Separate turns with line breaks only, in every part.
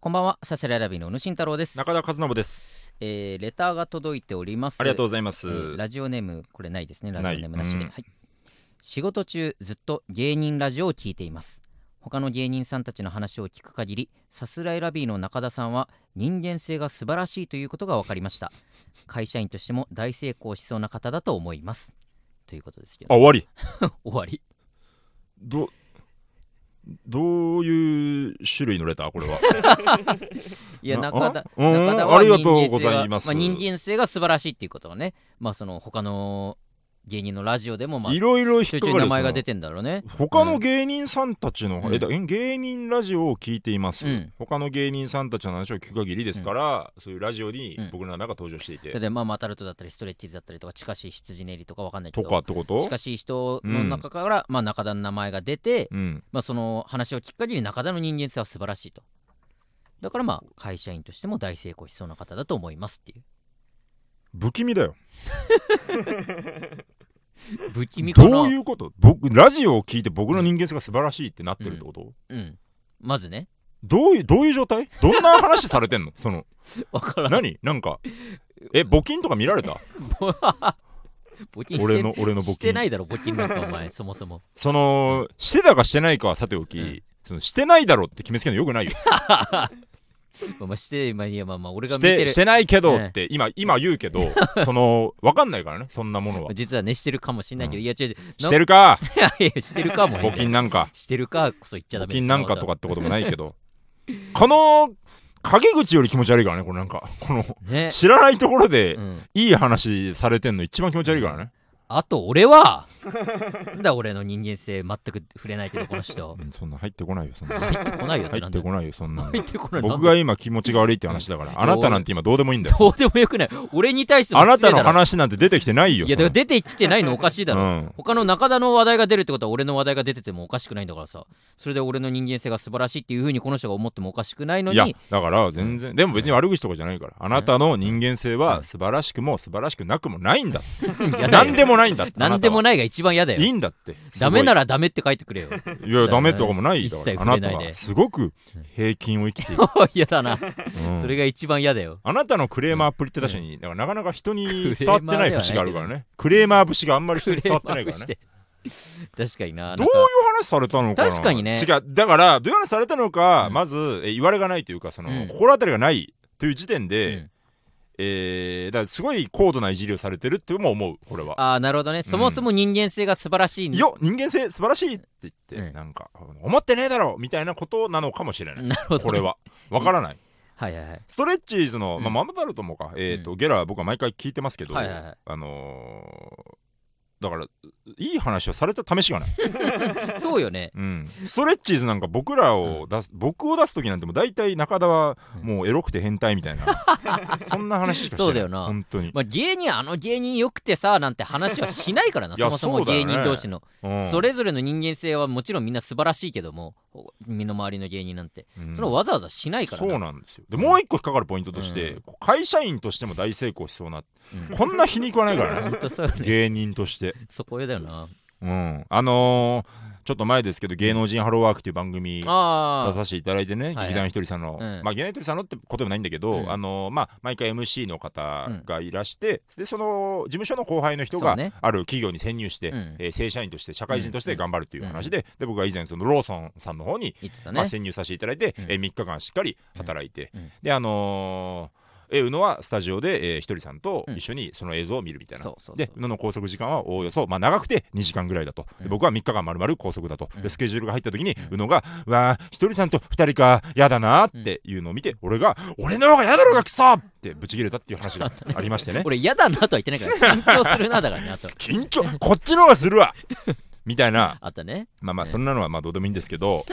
こんばんは、サスライラビーの宇野慎太郎です。
中田和信です。
えーレターが届いております。
ありがとう
う
ございます。
ラジオネーム、これないですね。ラジオネームな
な
いしで。
うん
はい、仕事中、ずっと芸人ラジオを聞いています。他の芸人さんたちの話を聞く限り、さすらいラビーの中田さんは人間性が素晴らしいということが分かりました。会社員としても大成功しそうな方だと思います。ということですけ
あ、
ど、
終わり。
終わり。
ど、どういう種類のレターこれは。
いや、
な
中田、
あうん
中田
あ
は
りが
人
とう
間
ご
性
ざ
が
います
まあ、人間性が素晴らしいっていうことがね、まあ、その他の芸人のラジオでも、まあ、
いろいろ
ちょ
引っ
いちょい
かか
名
る
前が出
ですね。
てんだろうね。
他の芸人さんたちの、
うん
えだえ芸人ラジオを聞いています、
うん
他の芸人さんたちの話を聞く限りですから、そういうラジオに
うん
僕の名が登場していて、
例えば、まあ、マタルトだったり、ストレッチーズだったりとか、近しい羊練りとかわかんないけ
と
ど、
かってこと
近しい人の中から、まあ、中田の名前が出て、
うん、
まあ、その話を聞く限り、中田の人間性は素晴らしいと。だから、まあ、会社員としても大成功しそうな方だと思いますっていう。
不気味だよ
不気味かな
どういうこと僕ラジオを聞いて僕の人間性が素晴らしいってなってるってこと、
うん。まずね、
どういうどういう状 態どんな話されてんのその
わからない。
何なんかえ募金とか見られた
募金して
俺の俺の募
してな
金
いだろ、募金なんか、お前、そもそも。
そのしてたかしてないかはさておき、
うん
そのしてないだろって決めつけるのよくないよ
まあまあ、して、まあ、いや、まあ、まあ、俺が
し
見て
て
る
し。てないけどって今今言 うけどその分かんないからねそんなものは
実はね、してるかもしれないけど、
う
いや、違う違う。
してるか
なん かいやいやしてるかも。
募金なんか
してるかこそ言っちゃダ
募
メです
金なんかとかってこともないけど この陰口より気持ち悪いからねこれなんかこの
ね、
知らないところ
う
で
ん、
いい話されてんの一番気持ち悪いからね、
あと俺 はなんだ俺の人間性全く触れないけどこの人
うんそんな入ってこないよそんな
入ってこないよって
入
な
っ
んだ
て
よ
こないよそんなの
入ってこないなん
僕
だ
が今気持ちが悪いって話だからあなたなんて今どうでもいいんだよ
どうでもよくない俺に対しても
あな
失
た
礼
の
だろ
話なんて出てきてないよ
いやだから出てきてないのおかしいだろ、
うん
他の中田の話題が出るってことは俺の話題が出ててもおかしくないんだからさそれで俺の人間性が素晴らしいっていうふうにこの人が思ってもおかしくないの
いや
に
だから全然、でも別に悪口とかじゃないからあなたの人間性は素晴らしくも素晴らしくなくもないんだ
やだよ
何でもないんだって
何でも
な
ないが一番嫌だ
いい
よ
いんだって
ダメな
ら
らダメって書いてくれよ
いやダメとかもないだ
一切
からあ
触れ
な
な
た
いで
はすごく平均を生 きている、
嫌だな
うん
それが一番嫌だよ
あなたのクレーマーっぷりって確かに、だからなかなか人に伝わってない節があるからねクレーマー節があんまり人に伝わってないからね
ね。確かにな。
どういう話されたのかな
確かにね
違うだからどういう話されたのか、
うん
まずえ言われがないというかその、
うん
心当たりがないという時点
う
で、
ん
えーだからすごい高度ないじりをされてるっても思うこれは。
ああ、なるほどね。そもそも人間性が素晴らしいんだ
よ人間性素晴らしいって言って、
うん
なんか思ってねえだろみたいなことなのかもしれない、
なるほどね。
これはわからない
はいはいはい。
ストレッチーズの、ま
う
あ、
ん
ママタルトもか、えーとゲラは僕は毎回聞いてますけど、
はいはいはい
あのーだからいい話をされた試しがない
そうよね。
うん、ストレッチーズなんか僕らを出す、僕を出す時なんてもう大体中田はもうエロくて変態みたい な、そんな話しかしてない
そうだよな
本当に、
まあ、芸人、あの芸人よくてさ、なんて話はしないからな、
いや
そもそも
そうだ
芸
よね
人同士の。
うん
そ、れぞれの人間性はもちろんみんな素晴らしいけども、身の回りの芸人なんて。
うん
それをわざわざしないから
そう
な。
なんですよでもう一個引っかかるポイントとして、
うん
こう会社員としても大成功しそうな
うん
こんな皮肉はないからね
本当そうよ ね。
芸人として、
そこよだよな。
うん、あのーちょっと前ですけど「芸能人ハローワーク」という番組出
ああ。
させていただいてね、
いはい
劇団ひとりさんの、
うん
まあ劇団ひとりさんのってことでもないんだけど、
うん
あのまあ毎回 MC の方がいらして、でその事務所の後輩の人
そ
が
うね
ある企業に潜入して、
うん
えー正社員として社会人として頑張るという話で、で僕は以前そのローソンさんの方に、
言ってたね
まあ、。潜入させていただいて、
うん
えー3日間しっかり働いて、
うんうん
であのーえー宇野はスタジオで、えーひとりさんと一緒にその映像を見るみたいな、
そうそうそ
で
う。
宇野の拘束時間はおおよそ、まあ、長くて2時間ぐらいだと、で
うん
僕は3日間まるまる拘束だと、
うん
でスケジュールが入った時に、
うん
宇野が「うわあ一人さんと2人かやだな」っていうのを見て、俺が「俺の方がやだろうがクソ!」ってブチ切れたっていう話がありましてね
俺、嫌だなとは言ってない から、緊張するなだからね、あと。
緊張こっちの方がするわみたいな
あったね。
まあまあ
ね
そんなのはまあどうでもいいんです けど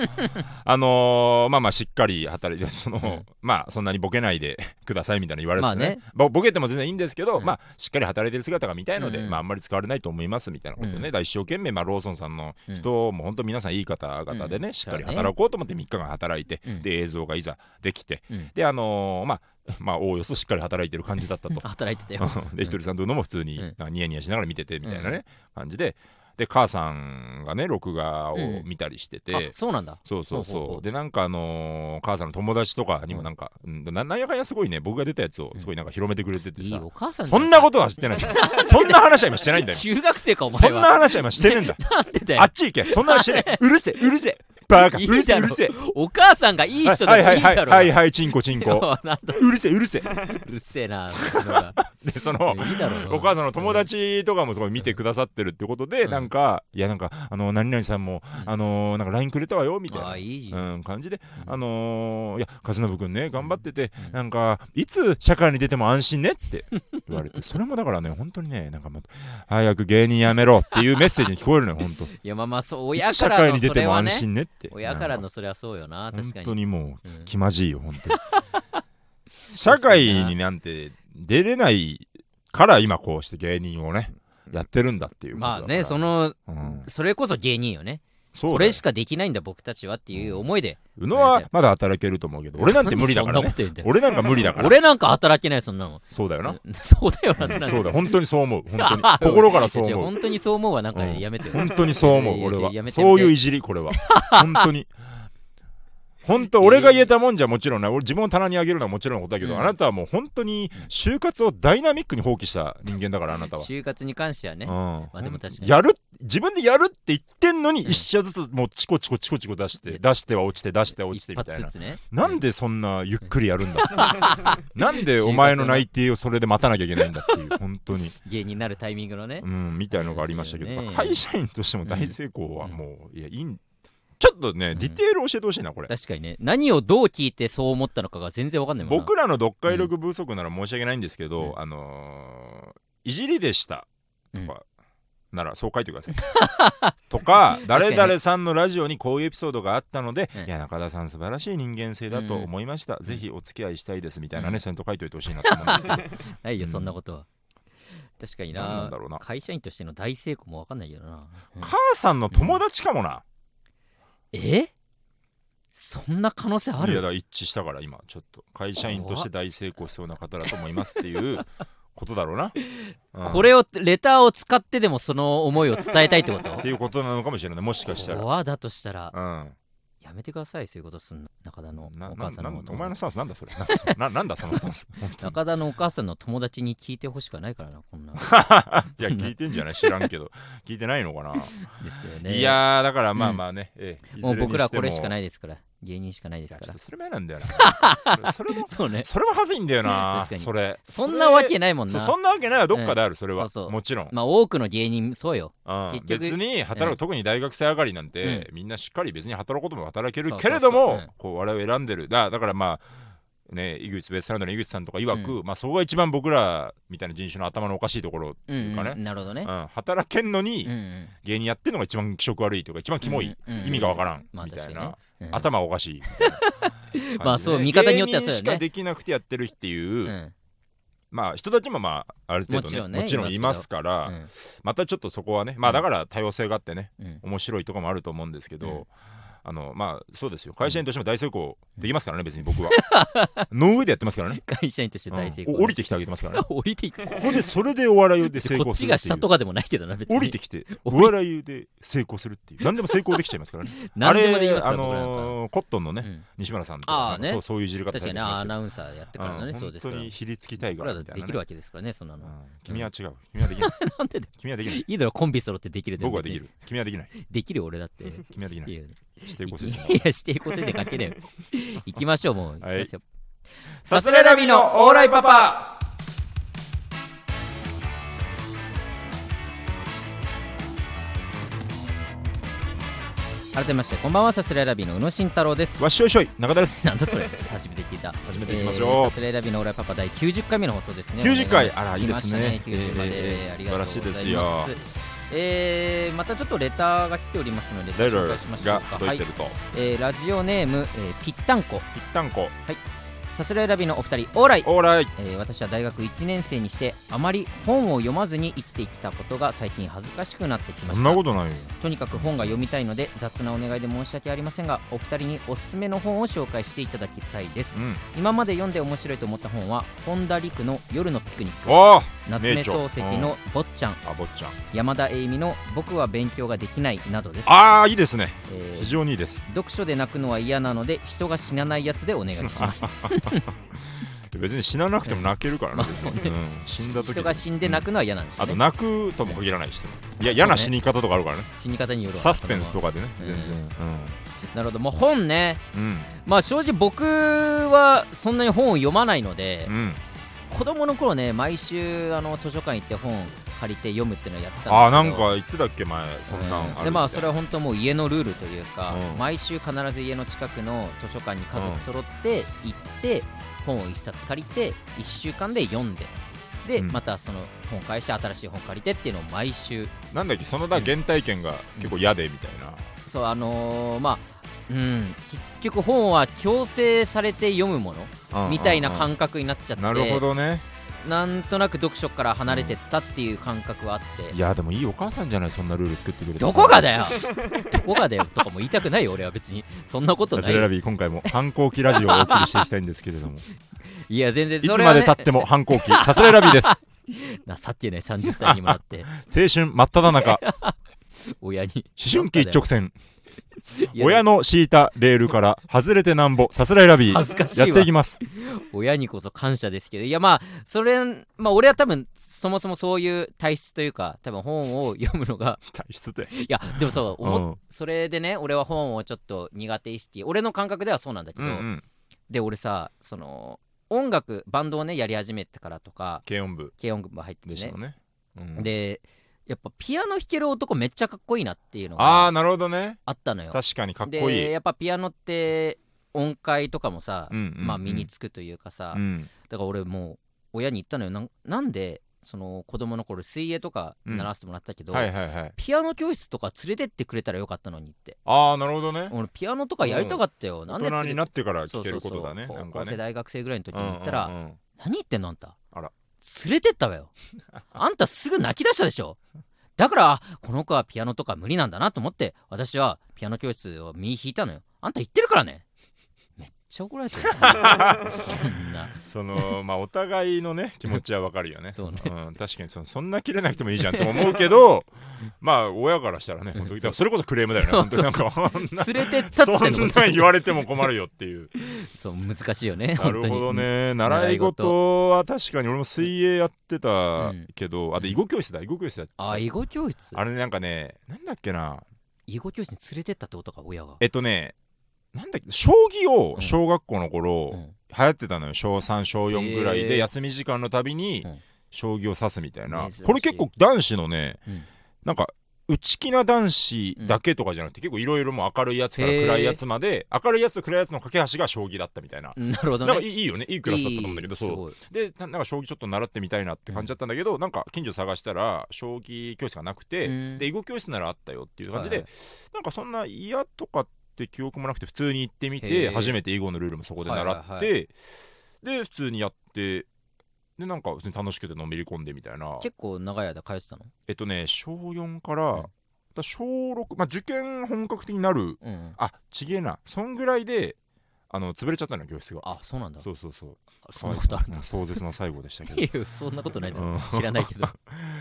あのーまあまあしっかり働いてその、
うん
まあそんなにボケないで くださいみたいなの言われてね,、
ま
ぼボケても全然いいんですけど、
うん
まあしっかり働いてる姿が見たいので、
うん
まああんまり使われないと思いますみたいなことね、
うん
だから一生懸命まあローソンさんの
うん
人、も本当皆さんいい方々でね、
うん
しっかり
そうだね
働こうと思って3日間働いて、
うん
で映像がいざできて、
うん
であのーまあまあおおよそしっかり働いてる感じだったと
働いてたよ。
うんで、ひとりさんというのも普通に
うん
なんかニヤニヤしながら見ててみたいなね、感じで、で母さんがね録画を見たりしてて、
あそうなんだ
そうそうそう。
ほうほうほう
で、なんかあのー母さんの友達とかにもなんか、うんななんやかんやすごいね、僕が出たやつをすごいなんか広めてくれてて
いい
さ、
お母さん
そんなこととは してない。そんな話は今してないんだよ。
中学生かお
そ
前
ん
は
な話は今して るんだ。
なんでだよ
あっち行け。そんな話して ない。うるせえ、うるせえ。バカ、う
いい
るせ
だ
え、う
ろ
るせえ。
お母さんがいい人だ
は
か
いは
らい
い
いだ
は
ろ
い、
うが
はいはい、チンコチンコ。
なんだ
うるせえ、うるせえ。
うるせえなそっちの方
で、その、
がいいだろうが
お母さんの友達とかもすごい見てくださってるってことで、
うん
なんか、いや、なんか、あの、何々さんも、
うん
あのー、なんか LINE くれたわよ、みたいな
あ。いいじゃん
うん、感じで、
うん
あのー、いや和信君ね頑張ってて、
うん
なんかいつ社会に出ても安心ねって言わ れてそれもだからね本当にねなんか、まあ、早く芸人やめろっていうメッセージに聞こえるのよ本当
いやまあまあそう
い
親
つ
か
社
ら
会
の
に出
そ
て
れ
も
は
安
ね
心ねって
親からの
なん
それはそうよな
本
確か
当
に
にもう
うん
気まじいよ本当に社会になんて出れないから今こうして芸人をねやってるんだっていうことだ
ま
か
あ
ら
ねそ、の
うん、
それこそ芸人よね
そう
こ
だよ
れしかできないんだ僕たちはっていう思いで
宇野はまだ働けると思うけど俺なんて無理だか
な
ら
ん
ね
でそんなこと言うんだよ
俺なんか無理だから
俺なんか働けないそんなの
そうだよな
そうだよなってなんだ
そうだ、本当にそう 思う。本当に
あー
心からそう
いや
思う。
本当にそう思うはなんか
うん
やめてよ、
本当にそう思、
いうやいや
俺
いやや
は。
めて
そういういじり、これは。本当に。本当、俺が言えたもんじゃもちろんない。俺、自分を棚に上げるのはもちろんのことだけど、
うん
あなたはもう本当に就活をダイナミックに放棄した人間だから、あなたは。
就活に関してはね、
ま
まあでも確かに
やる自分でやるって言ってんのに
うん
一社ずつもうチコチコチコチコ出して出しては落ちて出しては落ちて
一
み
発
たい
ず
な
つね
なんでそんなゆっくりやるんだ なんでお前の内定をそれで待たなきゃいけないんだっていう本当に
芸人になるタイミングのね、
うん、みたいのがありましたけど、
そうですよね
まあ会社員としても大成功は
うん
もう、いや、いいんちょっとね、
ん
ディテール教えてほしいな、これ。
確かにね何をどう聞いてそう思ったのかが全然わかんないもんな
僕らの読解力不足なら申し訳ないんですけど、
うん
あのーいじりでしたとか、ならそう書いてくだ さい。とか、
か
誰
に
々さんのラジオにこういうエピソードがあったので、
うん
いや、中田さん素晴らしい人間性だと思いました。ぜひお付き合いしたいですみたいなね、
うん
ちゃんと書いておいてほしいなと思うんですけど、
ないよ
うん
そんなことは、確かに
何な
なん
だろうな。
会社員としての大成功もわかんないけどな、うん
母さんの友達かもな。
えそんな可能性あ
いやだ
る
から一致したから今ちょっと会社員として大成功しそうな方だと思いますっていうことだろうな、うん
これをレターを使ってでもその思いを伝えたいってこと
っていうことなのかもしれないもしかしたら、うん、
怖だとしたら
な
やめてくださいそういうことすんの中田の
な
お
な
母さんの
な
お友
んだ
達
お前のスタンスなんだそれなんだそれななんだそのス タンス本
中田のお母さんの友達に聞いてほしくはないからなこんな
当にいや聞いてんじゃない知らんけど聞いてないのかな、
ですよ ね
いやーだからまあまあね、ええ
もう僕らはこれしか
い
ないですから芸人しかないで
ず
す
れにしてもいや
か
ちょ
ら
っとそれも嫌なんだよなそれそれも
そうね
それもはずいんだよな
確かに
それ
そんなわけないもん
そ
な
うそんなわけないはどっかである、それは
そうそう
もちろん
まあ多くの芸人そうよ
うん
結局
別に働く、特に大学生上がりなんて、みんなしっかり別に働くことも働ける
そうそうそ
け
う
れど
う
も
ん
こう我々を選んでるだだからまあね井口ベースランドの井口さんとか曰く、
う
まあそこが一番僕らみたいな人種の頭のおかしいところ、
うんうん
かね
なるほどね
うん働けんの
うんう
に
ん
芸人やってんのが一番気色悪いというか一番キモい、
うんうん
意味がわからん、
まあ
みたい
確
な、
かにねうん
頭おかし いみたいな
まあそう見方によっては
芸
そうだよね
人しかできなくてやってるっていう、
うん
まあ人たちもまあある程度ね
もちろんね
いますから、
うん
またちょっとそこはねまあだから多様性があってね
うん
面白いとかもあると思うんですけど、
うん
あのまあそうですよ会社員としても大成功できますからね、別に 僕はの上でやってますからね
会社員として大成
う
功
んお降りてきてあげてますからね
降りていく
ここでそれでお笑いで成
こ
功
っ
す
ち
る
が
ってい
下
う
とかでもないけどな別に
降りてきて
降
お
り
笑いで成功するっていう何でも成功できちゃいますからね あ
何でもで
れ
きますか
あ
ら僕らなんか
のーコットンのね、
うん
西村さんと
あ
か
あね
そうそういういじり方
確かにね
さ
ア
れて
ナウンサーやってからの
ま
ね
す
そうで
け
す
どう
か
ん
ら
本当に比率期待
僕ら
が
だってできるわけですからねそんなの
君は違う君はできない
なんでだよ
君はできない
いいだろコンビ揃ってできるで
僕はでき
別
る君はできない
にできるよ俺だっ て
君はできないい
や
してこそ
いや、指定校先生関係ね えよ。行きましょう、もう。
は
行き
い
ますよ
さすらいラビのオーライパパ
改めまして、こんばんは、さすらいラビの宇野慎太郎 です。
わっしょいしょい中田です
なんだそれ、初めて聞いた。
初めて聞きます
えー
よ
さすらいラビのオーライパパ第90回目の放送ですね。
90回
お願します
あらいいですね
来ましたね、90まで、
えーえー
ありがとうございます。
素晴らしいですよ
えーまたちょっとレターが来ておりますので、
レロ
紹介しましょう
が
か。は
届い
い
てると、
えーラジオネーム、えーぴったんこ。
ぴったんこ
はい、さすらいラビのお二人オーライ
オーライ
えー私は大学1年生にしてあまり本を読まずに生きてきたことが最近恥ずかしくなってきま
そ
し
んな
た
ことないよ
とにかく本が読みたいので雑なお願いで申し訳ありませんがお二人におすすめの本を紹介していただきたいです
うん
今まで読んで面白いと思った本は本田陸の「夜のピクニック」
おー
夏目漱石の「坊っちゃん
あ坊ちゃん」
山田栄美の「僕は勉強ができない」などです、
ああいいですね
えー
非常にいいです
読書で泣くのは嫌なので人が死なないやつでお願いします
別に死ななくても泣けるからな、別にうん死んだ時
人が死んで泣くのは嫌なんです
あ
よ
と
ね、
泣くとも限らないし、い
ね
や嫌な死に方とかあるからね
死に方によるわ
サスペンスと
そ
かでね
うん
全然
のなるほどもう本ね
うん
まあ正直僕はそんなに本を読まないので、
うん、うん、
子供の頃ね毎週あの図書館行って本借りて読むっていうのをやってたんですけど
ああなんか言ってたっけ前そんなんあるみ
う
たい
んでまあそれは本当もう家のルールというか、
うん
毎週必ず家の近くの図書館に家族揃って行って、本を一冊借りて1週間で読んでで、
うん
またその本返して新しい本借りてっていうのを毎週
なんだっけそのだ原体験が結構嫌でみたいな、
そうあのーまあうん結局本は強制されて読むもの
うん
みたいな
うん
感覚になっちゃって、
なるほどね
なんとなく読書から離れてったっていう感覚はあって、
いやでもいいお母さんじゃないそんなルール作ってくれて
どこがだよどこがだよとかも言いたくないよ俺は別にそんなこと
さ
な
す
い
らい
よ
ラビー今 回も反抗期ラジオをお送りしていきたいんですけれども
いや全然
いつ
それは、
ま
ね、
でたっても反抗期さすらいラビーです
なさってね30歳にもなって
青春真っ只中
親に
思春期一直線
いや
親の敷いたレールから外れてなんぼさすらいラビ
恥ずかし
ー
いわ
やっていきます
親にこそ感謝ですけどいやまあそれまあ俺は多分そもそもそういう体質というか多分本を読むのが
体質で
いやでもそう思っ
うん
それでね俺は本をちょっと苦手意識俺の感覚ではそうなんだけ
う
ど、
んうん
で俺さその音楽バンドをねやり始めてからとか
軽音部
軽音楽部入って
で
て
した
ね
もんねうん
でやっぱピアノ弾ける男めっちゃかっこいいなっていうの
ああ
が
なるほどね
あったのよ
確かにかっこい
で
い
やっぱピアノって音階とかもさ、
うんうん
まあ身につくというかさ、
うん
だから俺もう親に言ったのよなんなんでその子供の頃水泳とか習わせてもらったけど、
はいはいはい
ピアノ教室とか連れてってくれたらよかったのにって
ああなるほどね
俺ピアノとかやりたかったよ、なん
大
で
人
連れ
になってから聞けることだね
そうそう
な
そうん高
か
校生
ね
大学生ぐらいの時に行ったら、
うんうんうん
何言ってんのあんた
あら
連れてったわ よあんたすぐ泣き出したでしょだからあこの子はピアノとか無理なんだなと思って私はピアノ教室を身引いたのよあんた言ってるからねめっちゃ怒られ てるみんな
そのまあお互い のね気持ちはわかるよね
そうね
ん、確かにそのそんな切れなくてもいいじゃんと思うけ どまあ親からしたらね本当にだからそれこそクレームだよね 本当になんかそんな
連れてったっつってんの
そん
こっち
なん言われても困るよっ ていう
そう難しいよね
な
本
る
当に
ほどね
習
習
い
い
事
事は確かに俺も水泳やってたけど、あと
うん
囲碁教室だ囲碁教室だ
あ囲碁教室
あれねなんかねなんだっけな
囲碁教室に連れてったってことか親が
えっとねなんだっけ将棋を小学校の頃、
うん
流行ってたのよ小3小4ぐら
へ
い
ー
で休み時間のたびに
うん
将棋を指すみたいな、
珍しい
これ結構男子のね、
うん
なんか内気な男子だけとかじゃなくて、結構いろいろもう明るいやつから暗いやつまで明るいやつと暗いやつの架け橋が将棋だったみたいな。
なるほど
なんかい
ね
いいいよねいいクラスだったと思うんだけど
いいす
そう
ごい
でななんか将棋ちょっと習ってみたいなって感じだったんだけど、なんか近所探したら将棋教室がなくて、
うん
で囲碁教室ならあったよっていう感じで、
はいは
なんかそんな嫌とかって記憶もなくて普通に行ってみ
へー
て初めて囲碁のルールもそこで習って、
はいは
で普通にやってでなんか普通に楽しくてのめり込んでみたいな
結構長い間通ってたの
えっとね小4
う
か
ん
らだ小6、まあ、受験本格的になる
うん
あちげえなそんぐらいであの潰れちゃったのよ教室が
あそうなんだ
そうそうそう
そんなことあるんだ
かわいそうな壮絶な最後でしたけど
いやそんなことないだろ
うん
知らない けど
だ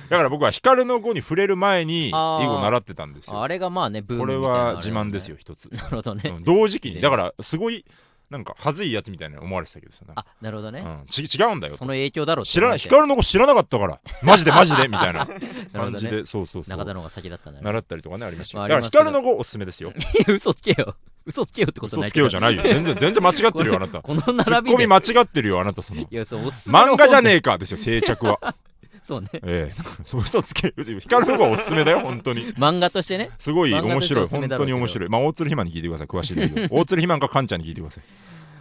から僕は光の語に触れる前に囲
あー
碁習ってたんです
あ
よ。
れがまあねブームみた
これ
いなのあ
は
よね
自慢ですよ、一つ。
なるほど
う
ね
ん同時
い
期
いね
に、だからすごい、なんか、はずいやつみたいな思われてたけどさ、なんか
あなるほどね
うんち違うんだよ
そ。の影響だろうって
知らな
思
い、
わ
光の語知らなかったから、マ ジでマジでみたいな
れてなる
感
ほ
じ
どね
で、そうそうそ
中田
う。
の方が先だったんだね
習ったりとかね、ありました
まあ
よだ
ありま
から
すけど
光の語おすすめです
い
よ。
や嘘つけよ嘘つけよってこと
嘘
ない
つけようじゃないいよ。全然、全然間違ってるよ、あな た。
この
ツッ
並
コ
びで
ミ間違ってるよ、あなた、その。
いやそうおすすめ
漫画じゃね
え
えかですよ、静着は。
そうね
ええ。 そう嘘つけ、嘘光の語はおすすめだよ、本当に。
漫画としてね
すごい
漫画と
面
して
白
お
い、
すすめ
本
だろ
当
うけ
に
ど
面白い。まあ、大鶴ひまに聞いてください、詳しいのは大鶴ひまんかカンちゃんに聞いてください。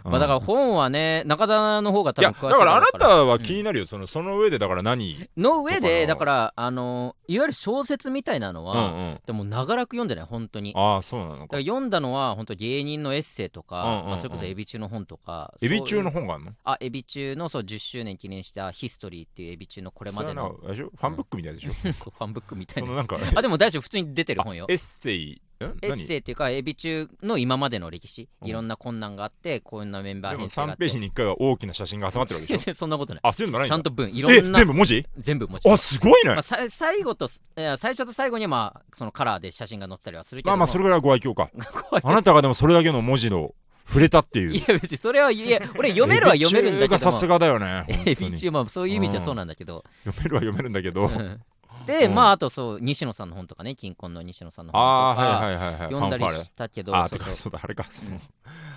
まあだから本はね中田の方が多
いや
分
だ
詳しい
からあなたは気
うん
になるよ、そのその上でだから何
の上でだ
だ
か
から
らあのいわゆる小説みたいなの
うんう
は、
ん
でも長らく読んでない本当にだ
ああそうなの
か
から
読んだのは本当芸人のエッセイとか、
うんうんうん
まあ、それこそエビ中の本とか
エビ中の
そういう
本があるの
あエビ中のそう10周年記念した「ヒストリー」っていうエビ中のこれまでの
それはなあれでしょファンブックみたいでしょ、
そうファンブックみたい
その
な
なんか
あでも大丈夫普通に出てる 本よ
エッセイん
エッセ
イ
イっていうかエビ中の今までの歴史
うん
いろんな困難があってこんなメンバ
で
ー
も
編成があ
3
っ
ペ
て
ージに1回は大きな写真が集まってるわけでし
い
ょ
やそんなことない
あそういうのないん
ち
だ
ゃんと文いろ
え
んな
全部文字
全部持ち
あすごいね、
まあ、さ最後とすいや最初と最後にはまあそのカラーで写真が載ってたりはするけど
まあまあそれぐらいはご愛嬌か
こう
あなたがでもそれだけの文字の触れたっていう
いや別にそれはいや俺読めるは読めるんだけ
エビ
ど
中がさ
も
すがだよね本
エ
当
ビ
に
中まあそういう意味じゃそうなんだけど、
読めるは読めるんだけど、
うんで、
うん
まああとそう西野さんの本とかね金婚の西野さんの本と
あ
か、
あーはいはいはいはい
読んだ
ファンファー
り
レ
したけど
あー
そう
てか
そう
そうだあれかその
うん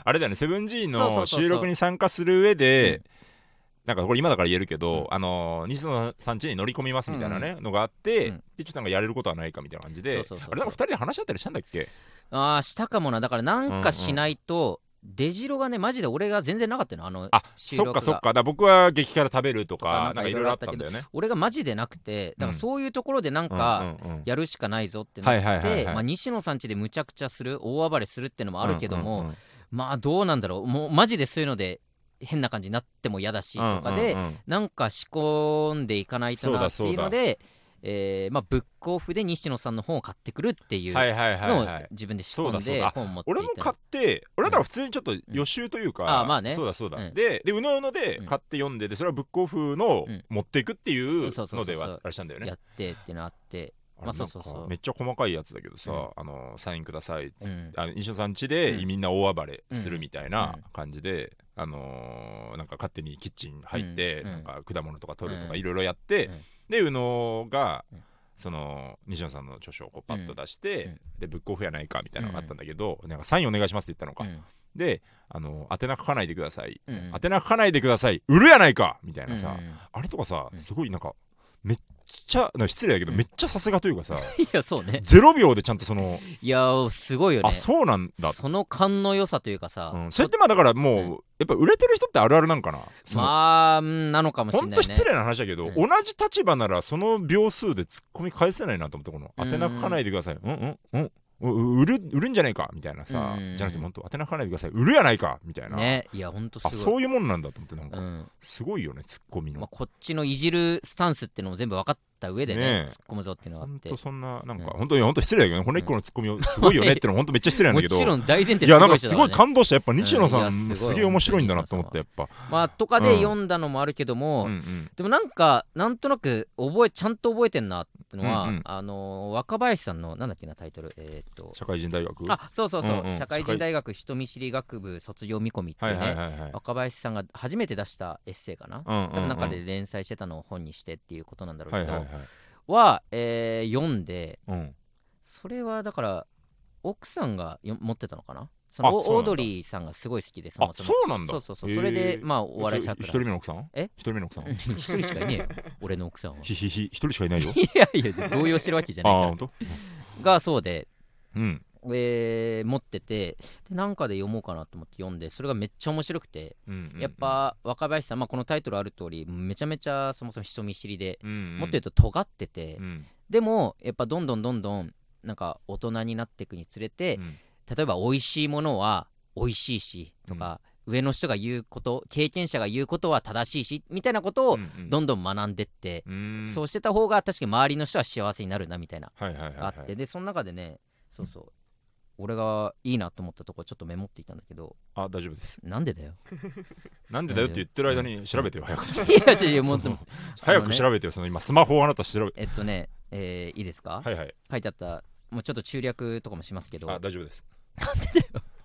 あれだよねセブン G
そうそうそ
の
うそう
収録に参加する上でなんかこれ今だから言えるけど、あのー西野さん家に乗り込みますみたいなね、のがあって、
うん
でちょっとなんかやれることはないかみたいな感じで
そうそうそうそう
あれなんか2人で話し合ったりしたんだっけ
ああしたかもなだからなんかしないと、出城がねマジで俺が全然なかったのあの
あ
収
そ
録が
っかそっかだから僕は激辛食べると
とか
かなんかいろいろあったんだよね
俺がマジでなくてだからそういうところでなん
うん
か
うんうん
やるしかないぞってな
は
っ
いはいはい
て
はい
まあ西野さん家でむちゃくちゃする大暴れするってのもあるけども、
うんうんうん
まあどうなんだろうもうマジでそういうので変な感じになっても嫌だしとかで、
うんうんうん
なんか仕込んでいかないとなっていうのでえーまあ、ブックオフで西野さんの本を買ってくるっていう
はいはいはい
のを
はい
自分で仕込ん
そうだそう
で
だ
本を持ってい
俺
た
も買って俺はだから普通にちょっと予習というか、
あまあね
そうだそうだ、
うん
ででうのうので
うん
買って読んででそれはブックオフの
うん
持っていくっていう
そうそうそうそう
のではあれしたんだよね
やってってなって、
あれ
まあそうそうそう
なんかめっちゃ細かいやつだけどさ、
うん
あのサインくださいっ
う
つって、
ん、
あの西野さん家で
うん
みんな大暴れするみたいな
うん
感じで、あのーなんか勝手にキッチン入っ
う
て、
ん
なんか果物とか取ると
う
か
ん
いろいろやって、
うん
でうのが
うん
その西野さんの著書をこうパッと出して、
うん
でブックオフやないかみたいなのがあったんだけど、なんかサインお願いしますって言ったのか、
うん
であの宛名書かないでください、
うん
宛名書かないでください売るやないかみたいなさ、
うんうん
あれとかさ、
うん
すごいなんかめっちゃなんか失礼だけど、
うん
めっちゃさすがというかさ
いやそうね
0秒でちゃんとその、
いやーすごいよね
あそうなんだ、
その勘の良さというかさ、
うん、それってまあだからもう、
うん
やっぱ売れてる人ってあるあるなんかなその、
まあうんなのかもしれ
ほん
ない
と
ね
失礼な話だけど、
うん
同じ立場ならその秒数でツッコミ返せないなと思ってこの
うん
宛名書かないでくださいうんうんうんう売る売るんじゃないかみたいなさ、
うん
じゃなくて本当宛名書かないでください売るやないかみたいな、
ねいやほんとす
あ
ごい
そういうもんなんだと思ってなんか、
うん
すごいよねツッコミ
まあ、
の。
こっちのいじるスタンスってのも全部分かった上でね
ねえ
突っ込むぞっていうのがあ
本
って
当そんななんか、
う
本当に本当失礼だけどね骨一個のツッコミをすごいよねっての本当めっちゃ失礼なん
も
だけど
ちろん大前提
いや
す
なん
ご
か
い人
す
だ
ご
か
い
らね
感動したやっぱ西野さ
うんい
ん
やすごい
すげえ面白いんだなと思ってやっぱ
まあとかで読んだのもあるけども、
うんうん
でもなんかなんとなく覚えちゃんと覚えてんなってのは、
うんうん
あのー若林さんのなんだっけなタイトルえーっと
社会人大学
あそうそうそう、
うんうん
社会人大学人見知り学部卒業見込みってい
は
う
い
ね、
はいはいはい
若林さんが初めて出したエッセイかな、
うん
多分中
う
で
ん
連載してたのを本にしてっていうことなんだろう
は
け
い
ど、
はい
は
はい
えー読んで
うん
それはだから奥さんがよ持ってたのかなそ
あ
の
そうな
オ
んだ
ードリーさんがすごい好きでそ
あ
もそも
そうなんだ
そうそうそう
へー
それでまあお笑い
え一
桜
人目の奥さん
え
一人目の奥さん
うん一人しかいねえよ俺の奥 さんは
ひひひ一人しかいないよ
いやいや動揺してるわけじゃ
あ
な
あ
いから
本当
がそうで、
うん
えー持っててでなんかで読もうかなと思って読んでそれがめっちゃ面白くて、
うんうん
やっぱ若林さん、まあ、このタイトルある通りめちゃめちゃそもそも人見知りで、
うんうん
もっと言うと尖ってて、
うん
でもやっぱどんどんどんどんなんか大人になっていくにつれて、
うん
例えば美味しいものは美味しいしとか、上の人が言うこと経験者が言うことは正しいしみたいなことを
うんうん
どんどん学んでって、
うん
そうしてた方が確かに周りの人は幸せになるなみたいな
はいはいはい
あ
は
っ
い
て、でその中でねそうそう、俺がいいなと思ったとこちょっとメモっていたんだけど
あ大丈夫です
なん でだよ
なんでだよって言ってる間に調べてよ早くその
いや違う違うもう
そ
あの
の
ね
早く調べてよその今スマホをあなた調べ
えっとね、えーいいですか、
はいはい
書いてあったもうちょっと中略とかもしますけど
あ大丈夫です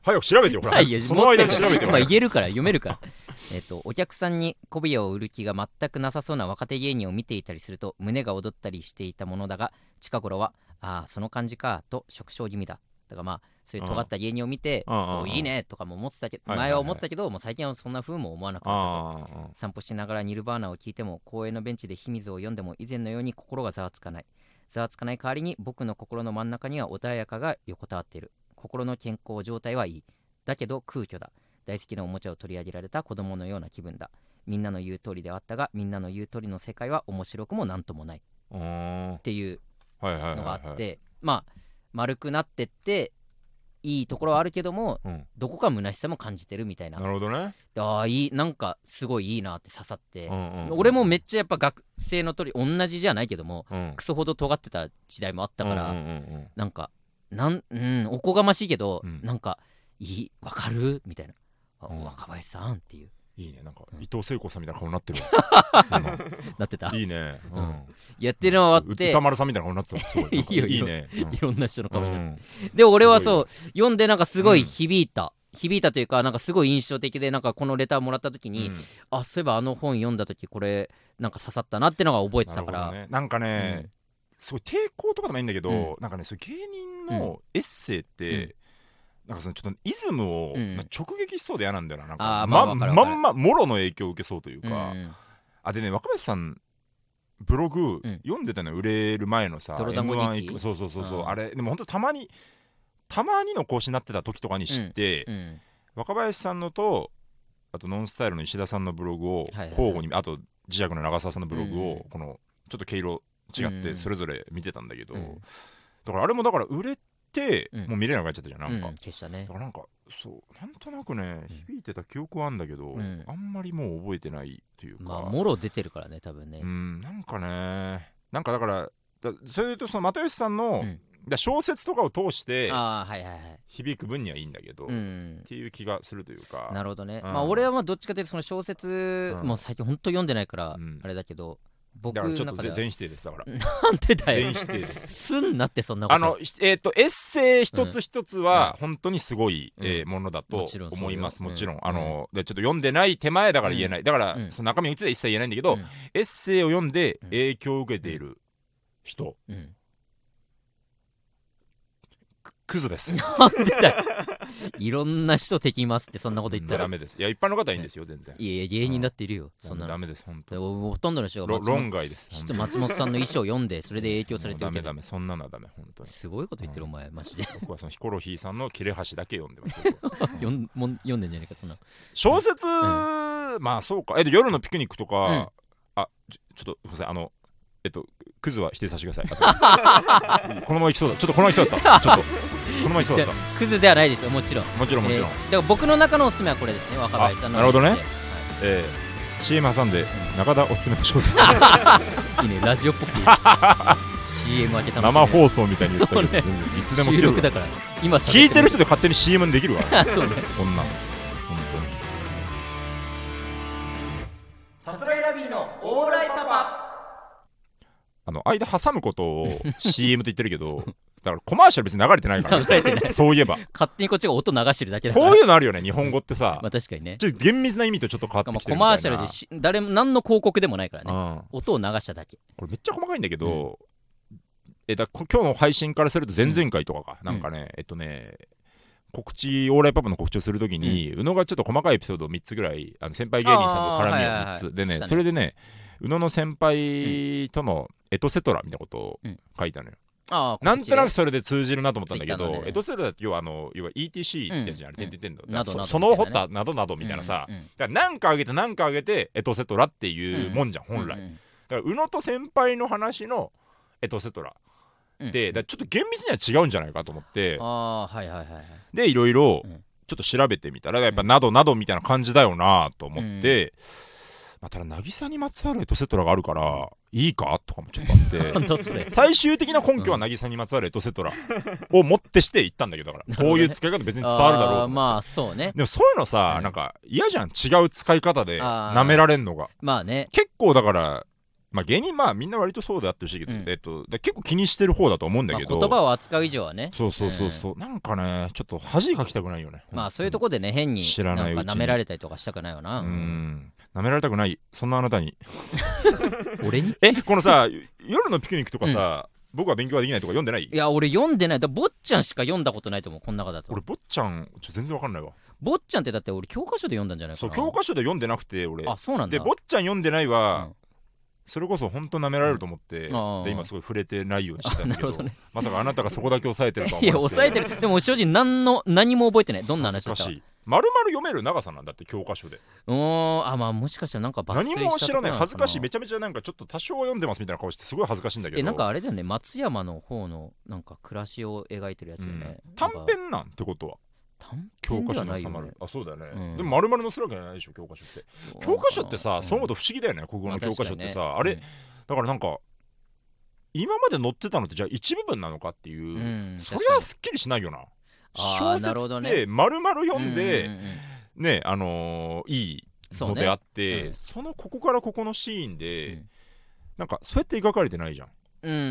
早く調べてよほら
はいいや
その間
持っ
に
て
調べてよ
まあ言えるから読めるから えっとお客さんに小ビアを売る気が全くなさそうな若手芸人を見ていたりすると胸が躍ったりしていたものだが近頃はああその感じかと縮小気味だだからまあそういう尖った芸人を見て、
うんうんうん
おいいねとかも思ってたけど、
はいはいはい
前は思ってたけどもう最近はそんな風も思わなくなったと
ああ
散歩しながらニルバーナを聞いても公園のベンチで秘密を読んでも以前のように心がざわつかないざわつかない代わりに僕の心の真ん中には穏やかが横たわっている心の健康状態はいいだけど空虚だ大好きなおもちゃを取り上げられた子供のような気分だみんなの言う通りではあったがみんなの言う通りの世界は面白くもなんともないっ
うーんはい
ていう
はいはいはい
のがあって、まあ丸くなってっていいところはあるけども
うん、
どこか虚しさも感じてるみたいな
なるほどね、
でああいいなんかすごいいいなって刺さって、
うんうんうん
俺もめっちゃやっぱ学生の時同じじゃないけども
うん
クソほど尖ってた時代もあったから、
うんうんうん
なんかなんうんおこがましいけど、
うん
なんかいいわかるみたいな、あ
うん
若林さんっていう
うんいいねなんか伊藤聖子さんみたいな顔になってる わ
なってた
うんいいね、う
うん
ん、
やってるの終わって、
う歌丸さんみたいな顔になってたすごいなん か
いいよ
いいねうん
いろんな人の顔になって、
うん
で俺は
すごい
そう読んでなんかすごい響いた、響いたというかなんかすごい印象的でなんかこのレターもらった時に、
うん
あそういえばあの本読んだ時これなんか刺さったなってのが覚えてたか
なる
ら、
ほどねなんかね、
うん
すごい抵抗とかでもないんだけど、
うん
なんかねそういう芸人のエッセイって、なんかそのちょっとイズムを
うん
なんか直撃しそうで嫌なんだよななん
あー
か
まあ
ま
わかるわか
ま
る
んまもろの影響を受けそうというか、
うん
あでね若林さんブログ
うん
読んでたのよ売れる前のさ、
泥団子
M1
日記
行くそうそうそうそう、
うん
あれでも本当たまにたまにの講師になってた時とかに知って、
うん
若林さんのとあとノンスタイルの石田さんのブログを
はいはいはい
交互に、あと磁石の長澤さんのブログ
うんうん
をこのちょっと毛色違っ
う
て
ん
それぞれ見てたんだけど、
うん
だからあれもだから売れて
うん
もう見れなくなっちゃったじゃん、なんか、
うん消したね
だからなんかそうなんとなくね
うん
響いてた記憶はあんだけど、
うん
あんまりもう覚えてないというか、
まあもろ出てるからね多分ね、
うんなんかねなんかだからだそれとその又吉さんの、
うん
だ小説とかを通して
ああはいはいはい
響く分にはいいんだけど、
う
っ
ん
ていう気がするというか
なるほどね、
うん
まあ俺はまあどっちかというとその小説、
うん
もう最近ほんと読んでないから
うん
あれだけど、僕
だ
の
からちょっと
中で
ぜ
は
全否定ですだから
なんでだ
全
よ
否定です
すんなってそんなこと
あのひえっ、とエッセイ一つ一つは本当にすごい、
うん
えーものだ
も
と
ちろんそうよ
思いますもちろん
うん
あのでちょっと読んでない手前だから言えない、だから、
うん
その中身については一切言えないんだけど、
うん
エッセイを読んで
うん
影響を受けている人、
うん
くクズです
なんでだよいろんな人敵いますってそんなこと言ったら、
ダメですいや一般の方はいいんですよ全然
いやいや芸人だっているよ、そんな
ダ
の
メです本当
でほとんどの人が
ろ
松本
論外です
ちょっと松本さんの衣装読んでそれで影響されて
も
るけ
うダメ
ど
ダメそんなのはダメ本 当に
すごいこと言ってるお前マジで
僕はそのヒコロヒーさんの切れ端だけ読んでます僕 は
読んもん読んでんじゃねえかそんな
小説、まあそうかえで夜のピクニックとか、
うん
あちょちょっとごめんなさいあのえっとクズは否定させてくだ さいこのままいきそうだちょっとこのままいきそうだったちょっとこのままいきそうだっ
クズではないですよもちろん
たもちろんもち
え、
ろん
ーだから僕の中のおすすめはこれですね若林さんの
あなるほどね
はい
えー CM 挟んで中田おすすめ の小説
い いねラジオっぽく CM 開けた
生放送みたいに言ったけ
そ
ど、
うね
うんいつでも
収
聞
録
け
だ
る
から今
聞いてる
喋
人で勝手に CM でき るわ
ってるそうね
こんなの本当に
さすらいラビーのオーライパパ
あの間挟むことを CM と言ってるけど だからコマーシャル別に流れてないから、
流れてな
そういえば
勝手にこっちが音流してるだけだから
こういうのあるよね日本語ってさ、
まあ確かにね
ちょっと厳密な意味とちょっと変わって
ま
き
あ
てる
コ
みたいな
マーシャルでし誰も何の広告でもないからね
うん
音を流しただけ
これめっちゃ細かいんだけど、えだこ今日の配信からすると前々回とかか、
ん
なんかねえっとね告知オーライパパの告知をするときに、宇野がちょっと細かいエピソードを3つぐらいあの先輩芸人さんと絡み
あー
を
はいはいはい
3つでね
したね
それでね宇野の先輩とのエトセトラみたいなことを書いたのよ、
ああ
なんとなくそれで通じるなと思ったんだけ
ツイッターの
ど、
ね
エトセトラって要はあの要は ETC ってやつじゃん、あれ、
うん
てんてんてん
などなど
の、その掘ったなどなどみたいなさ、だからなんかあげてなんかあげてエトセトラっていうもんじゃん、本来。だから宇野と先輩の話のエトセトラで、だからちょっと厳密には違うんじゃないかと思って
ああーはいはいは いはい
でいろいろ
うん
ちょっと調べてみたらやっぱなどなどみたいな感じだよなと思って、まあ、ただ渚にまつわるエトセトラがあるからいいかとかもちょっとあって
なんだそれ
最終的な根拠は渚にまつわるエトセトラを持ってして行ったんだけどだ からこういう使い方別に伝わるだろうと
あー
思って
まあそうね
でもそういうのさ、
うん
なんか嫌じゃん違う使い方で
あー
舐められんのが
まあね
結構だから、まあ、芸人まあみんな割とそうであってほしいけど、
うん
えっと、だ結構気にしてる方だと思うんだ
まあ
けど、
言葉を扱う以上はね
そうそうそうそう、なんかねちょっと恥かきたくないよね
まあそういうと
こ
こでね変に
知らないうちに
んか舐められたりとかしたくないよな
うん、舐められたくないそんなあなたに
俺に
えこのさ 夜のピクニックとかさ、僕は勉強ができないとか読んでない
いや俺読んでないだ坊ちゃんしか読んだことないと思うこん中だと
俺坊ちゃんちょ全然わかんないわ
坊ちゃんってだって俺教科書で読んだんじゃないか
そう
な
教科書で読んでなくて俺
あそうなんだ
で坊ちゃん読んでないは、
うん
それこそ本当舐められると思って、
うんああ
で今すごい触れてないようにしてたんだけど
あなるほどね
まさかあなたがそこだけ抑えてるとは思
いや抑えて
る
るでも正直何の何も覚えてないどんな話だった
し
か
い丸々読める長さなんだって教科書で
おーあまあもしかしたらなんか抜粋
何も知らない恥ずかしいめ
ち
ちゃめちゃなんかちょっと多少は読んでますみたいな顔してすごい恥ずかしいんだけど
えなんかあれだよね松山の方のなんか暮らしを描いてるやつ
う
よ
ん
ね、
短
なんか
編なんてことは
短
教
編
科
で
書
は
に
ない
収
よ
ま
ね
るあそうだよね、
うん
でも丸々載せるわけじゃないでしょ教科書って教科書ってさ、そのことと不思議だよね国語の教科書ってさ、あ
れ
れ、だからなんか今まで載ってたのってじゃあ一部分なのかっていう、
うん
それはすっきりしないよな
あ
小
ーなるほ
説
ど
っ
ね
て丸々読んで、
うううん
ねあのーいい
そう
の
ね
であってそ,、
うん
のここからここのシーンで、
うん
なんかそうやって描かれてないじゃん
うんうんうんう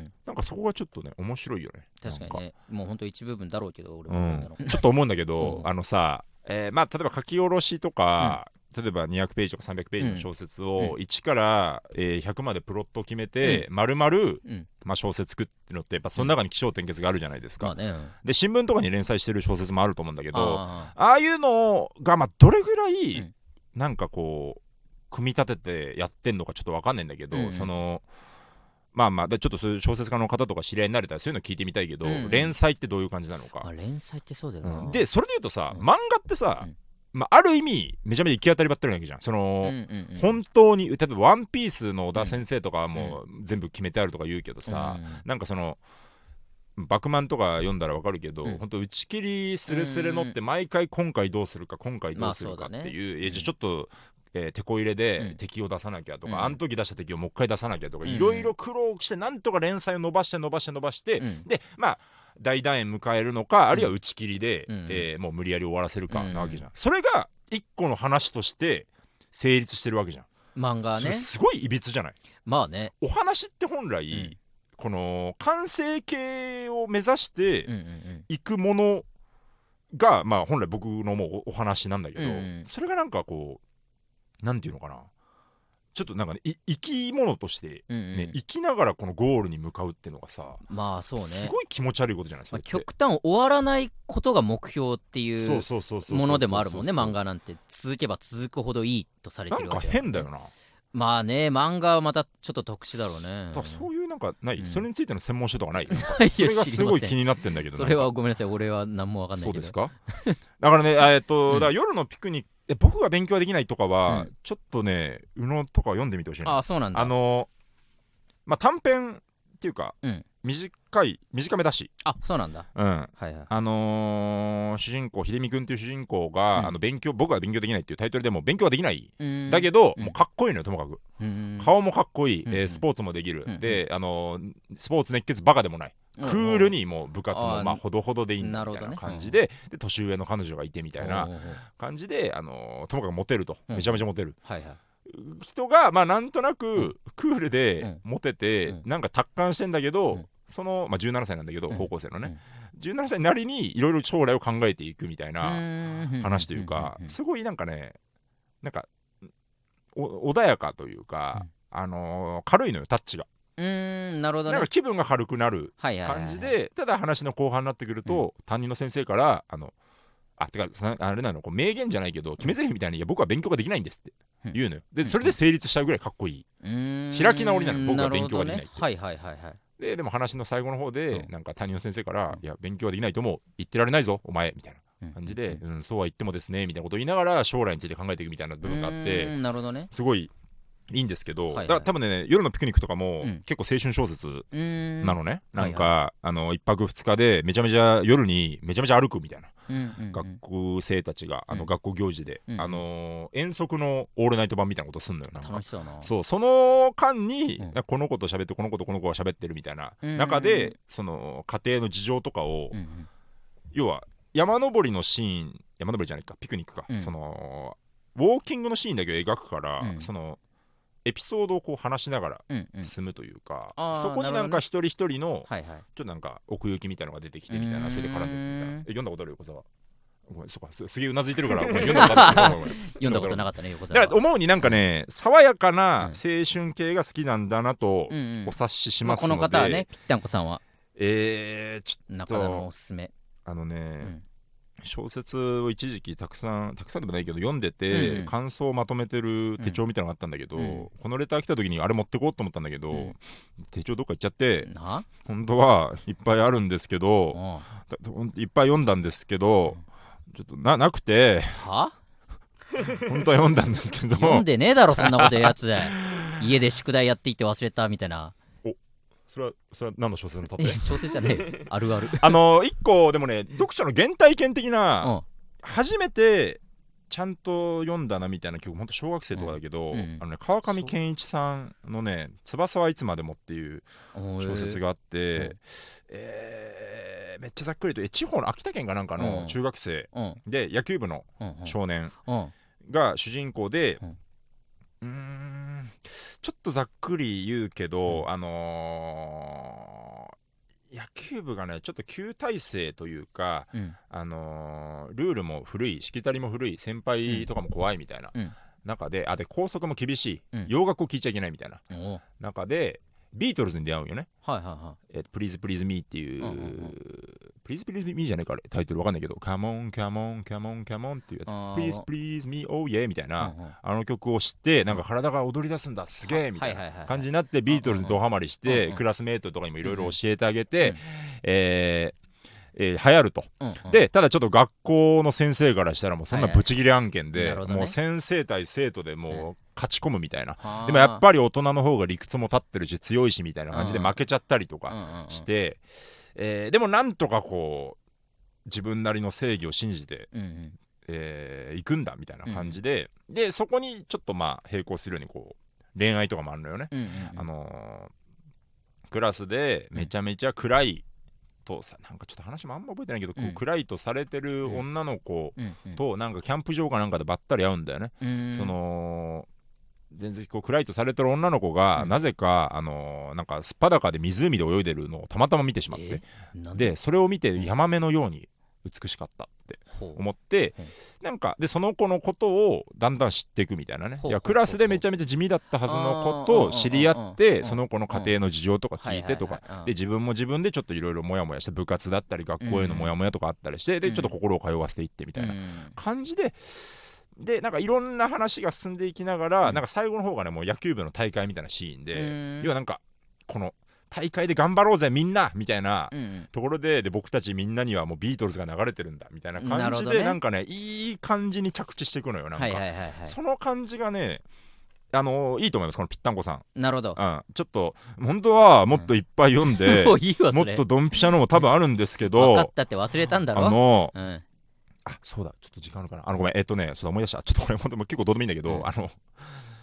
ん
なんかそこがちょっとね面白いよね
確かに
なん
ねもうほんと一部分だろうけど俺
う
も読んだの
ん、ちょっと思うんだけど、
うん
あのさ、えーまあ、例えば書き下ろしとか、例えば200ページとか300ページの小説を1から、えー100までプロットを決めて、丸々、
うん
まあ、小説作ってるのってやっぱその中に起承転結があるじゃないですか、
まあねうん
で新聞とかに連載してる小説もあると思うんだけどあ
あ
あいうのが、まあ、どれぐらい、
うん
なんかこう組み立ててやってんのかちょっとわかんないんだけど、
うんうん
そのまあまあでちょっとそういう小説家の方とか知り合いになれたらそういうの聞いてみたいけど、
うんうん
連載ってどういう感じなの
ーまあ
か、
連載ってそうだよ
う
なん
でそれで言うとさ、
うん
漫画ってさ、
うん
まあ、ある意味めちゃめちゃ行き当たりばったりなわけじゃんそ
うん
の、
うんうん
本当に例えば「ワンピースの小田先生とかはもう全部決めてあるとか言うけどさ、
うんうん
なんかその「バクマン」とか読んだらわかるけど、
うん
ほんと打ち切りすれすれのって毎回今回どうするか今回どうする
ま
か
あ
っ
そうだね
ていう,、え
うん
じゃあちょっと。えー、手こ入れ
う
で
ん
敵を出さなきゃとか、
うん
あの時出した敵をもう一回出さなきゃとか
うん
いろいろ苦労してなんとか連載を伸ばして伸ばして伸ばして、
うん
でまあ大団円迎えるのかあるいは打ち切りで、
うん
えーもう無理やり終わらせるか
うん
なわけじゃん、それが一個の話として成立してるわけじゃん、
漫画
それ
ね
すごいいびつじゃない
まあね
お話って本来、
うん
この完成形を目指して
うんうんうん
いくものが、まあ本来僕のもうおお話なんだけど、
うんうん
それがなんかこうなんていうのかなちょっとなんかねい生き物として、
うんうん
ね生きながらこのゴールに向かうっていうのがさ、
まあそうね
すごい気持ち悪いことじゃないです
ま
か
あ、極端終わらないことが目標っていうも
も
のでもあるもんね漫画なんて続けば続くほどいいとされ
な
てる
ん
わ
か
けから
変だよな、
まあね漫画はまたちょっと特殊だろうね
だからそういうなんかない、
うん
それについての専門書とかな い
い
そ
や
れが
知
す
り
ご
ま
い
せん
気になってんだけど
それはごめんなさい俺は何もわかんない
そう
けど
ですか だからねえーっと、
うん
だから夜のピクニックえ僕が勉強はできないとかは、
うん
ちょっとね宇野とか読んでみてほしいな
あ
あ
あそうなんだ
のまあ短編っていうか、
うん
短い短めだし、
あそうなんだ
うん
はいはい
あのー主人公秀美君っていう主人公が、
うん
あの勉強僕は勉強できないっていうタイトルでもう勉強はできない、だけ
ど
ど、
うん
もうかっこいいのよともかく、
顔
顔もかっこいい、
うん
え
う
ー
ん
スポーツもできる、
うん
であのースポーツ熱血バカでもないクールにもう部活も
あー
まあほどほどでいいん
な
だみ
る
た
ほど
いな
ね
感じで,、で年上の彼女がいてみたいな
は
感じで、あのーともかくモテると、
うん
めちゃめちゃモテる
いはい
人がまあなんとなく
ん
クール
う
で
ん
モテて、
うん
なんか達観してんだけど、
うん
その、まあ、17歳なんだけど、
うん
高校生のね、17歳なりにいろいろ将来を考えていくみたいな話というか、すごいなんかねなんかお穏やかというか、あのー軽いのよタッチが、
うーんなるほど
な
ね
んか気分が軽くなる
はいはいはいはい
感じでただ話の後半になってくると、担任の先生からあのあてかさあれなのこう名言じゃないけど決め台詞みたいに「いや僕は勉強ができないんです」って
うん
言うのよ
う
で
ん
それで成立しちゃうぐらいかっこいいう
ーん
開き直りなの僕は
るほどね
勉強ができないって
はいはいはいはい
ででも話の最後の方で、
うん
なんか担任の先生から
う
「いや勉強はできないと思う言ってられないぞお前」みたいな
うん
感じで、うん、そうは言ってもですねみたいなことを言いながら将来について考えていくみたいな部分があっ
うー
て
んなるほどね
すごいいいんですけど、
はいはい
だから多分ね夜のピクニックとかも、
うん
結構青春小説
うーん
なのね、なんか、あの1泊2日でめちゃめちゃ夜にめちゃめちゃ歩くみたいな。
うんうんうん
学校生たちが、あ
う
の
ん
学校行事で、
うん
あのー遠足のオールナイト版みたいなことすんのよなんか
楽しそうな
そうその間に、
うん
この子と喋ってこの子とこの子が喋ってるみたいな
うん
中で、その家庭の事情とかを、
うんうん
要は山登りのシーン山登りじゃないかピクニックか、
うん
そのウォーキングのシーンだけを描くから、
うん
そのエピソードをこう話しなが
うんう
ら
ん
進むというか、
あー
そこに
な
な
るほど
ん
ね
か一人一人の
はいはい
ちょっとなんか奥行きみたいのが出てきてみたいな、それで絡んでるみたいうな
ーん。
え読んだことある横澤。ごめん、そうか、すすげえうなずいて るから、ごめん読んだことあるごめんごめん。
読んだことなかったね横
だ
澤
から思うになんかね、爽やかな
うん
青春系が好きなんだなと
うんうん
お察しし
ま
ま
あ
す
こ
の
の
で。
方はねぴったんこさんは
えー、ちょ
中田のおすすめ
あのね、
ん
小説を一時期たくさんたくさんでもないけど読んでて、
うんうん
感想をまとめてる手帳みたいなのがあったんだけど、
うん
このレター来た時にあれ持ってこうと思ったんだけど、
うん
手帳どっか行っちゃって
な
本当はいっぱいあるんですけど、
うん
だいっぱい読んだんですけど、ちょっとななく て
は
本当は読んだんですけど
読んでねえだろそんなこと言うや つ家で宿題やっていって忘れたみたいな
それはそれは何の小説のたっ
え
て
小説じゃねえあるある
あの一個でもね読者の原体験的
う
なん初めてちゃんと読んだなみたいな曲本当小学生とかだけど、
うんうん
あのね、川上健一さんのね「翼はいつまでも」っていう
おー
小説があって、え
うん
ーめっちゃざっくりとえ地方の秋田県かなんか
うん
の中学生
うん
で野球部の
うんうん
少年
うん
が主人公で
うん、
うーんちょっとざっくり言うけど、あのー野球部がねちょっと旧体制というか、
うん
あのールールも古いしきたりも古い先輩とかも怖いみたいな
うん
中で、あで校則も厳しい、
うん
洋楽を聴いちゃいけないみたいな
おー
中でビートルズに出会うんよね
はいはいは
「えー、プリーズプリーズミーっていう「
うんうんうん
プリーズプリーズミーじゃねえかあれタイトルわかんないけど「カモンカモンカモンカモンっていうやつ
あー
「プリーズプリーズミーオーイエーみたい
い
な、
うんうん
あの曲を知ってなんか体が踊り出すんだすげえみた
は
い
いはいはいは
ない感じになってビートルズにドハマりし
うんう
て
ん
クラスメートとかにもいろいろ教えてあげ
う
て
ん
えーえー流行ると。
うんうん
でただちょっと学校の先生からしたらもうそんな
はいはい
ブチギレ案件
な
で
るほどね
もう先生対生徒で
う
もう勝ち込むみたいな
はー
でもやっぱり大人の方が理屈も立ってるし強いしみたいな感じで
うん
負けちゃったりと
う
か
んうんうん
してえーでもなんとかこう自分なりの正義を信じて
うんうん
えー行くんだみたいな感じで、でそこにちょっとまあ並行するようにこう恋愛とかもあるのよね、
うんうんうん
あのークラスでめちゃめちゃ暗いとさなんかちょっと話もあんま覚えてないけど、こう
うん
暗いとされてる
うん
女の子
うんうん
となんかキャンプ場かなんかでばったり会うんだよね、
うん
その全然こう暗いとされてる女の子が、
うん
なぜかあのーなんか素っ裸で湖で泳いでるのをたまたま見てしまって
えなん
でそれを見てヤマメのように美しかったって
ほう
思って、
うん
なんかでその子のことをだんだん知っていくみたいなね
ほうほうほう
いやクラスでめちゃめちゃ地味だったはずの子と知り合っ
あーうんうんうん
て
うん
その子の家庭の事情とか聞いてと
は
か
いはいはいうん
で自分も自分でちょっといろいろモヤモヤした部活だったり学校へのモヤモヤとかあったりして
う
で
ん
ちょっと心を通わせていってみたいな
うん
感じで。でなんかいろんな話が進んでいきながら、
うん
なんか最後の方がねもう野球部の大会みたいなシーンで、
うん
要はなんかこの大会で頑張ろうぜみんなみたいな
うんうん
ところでで僕たちみんなにはもうビートルズが流れてるんだみたいな
なる
感
ほ
じ
ど
で
ね
なんかねいい感じに着地していくのよなんか、
はいはいはいはい
その感じがねあのーいいと思いますこのぴったんこさん、
なるほど
うん、ちょっと本当はもっといっぱい読んで、
もういいわ
も
そ
っ
れ
とドンピシャのも多分あるんですけ
分かっ
ど
たって忘れたんだ
あ
ろ
の
うん
あそうだちょっと時間あるかなあのごめんえっとねそうだ思い出したちょっとこれ本当もう結構どうでもいいんだけど、
うん
あの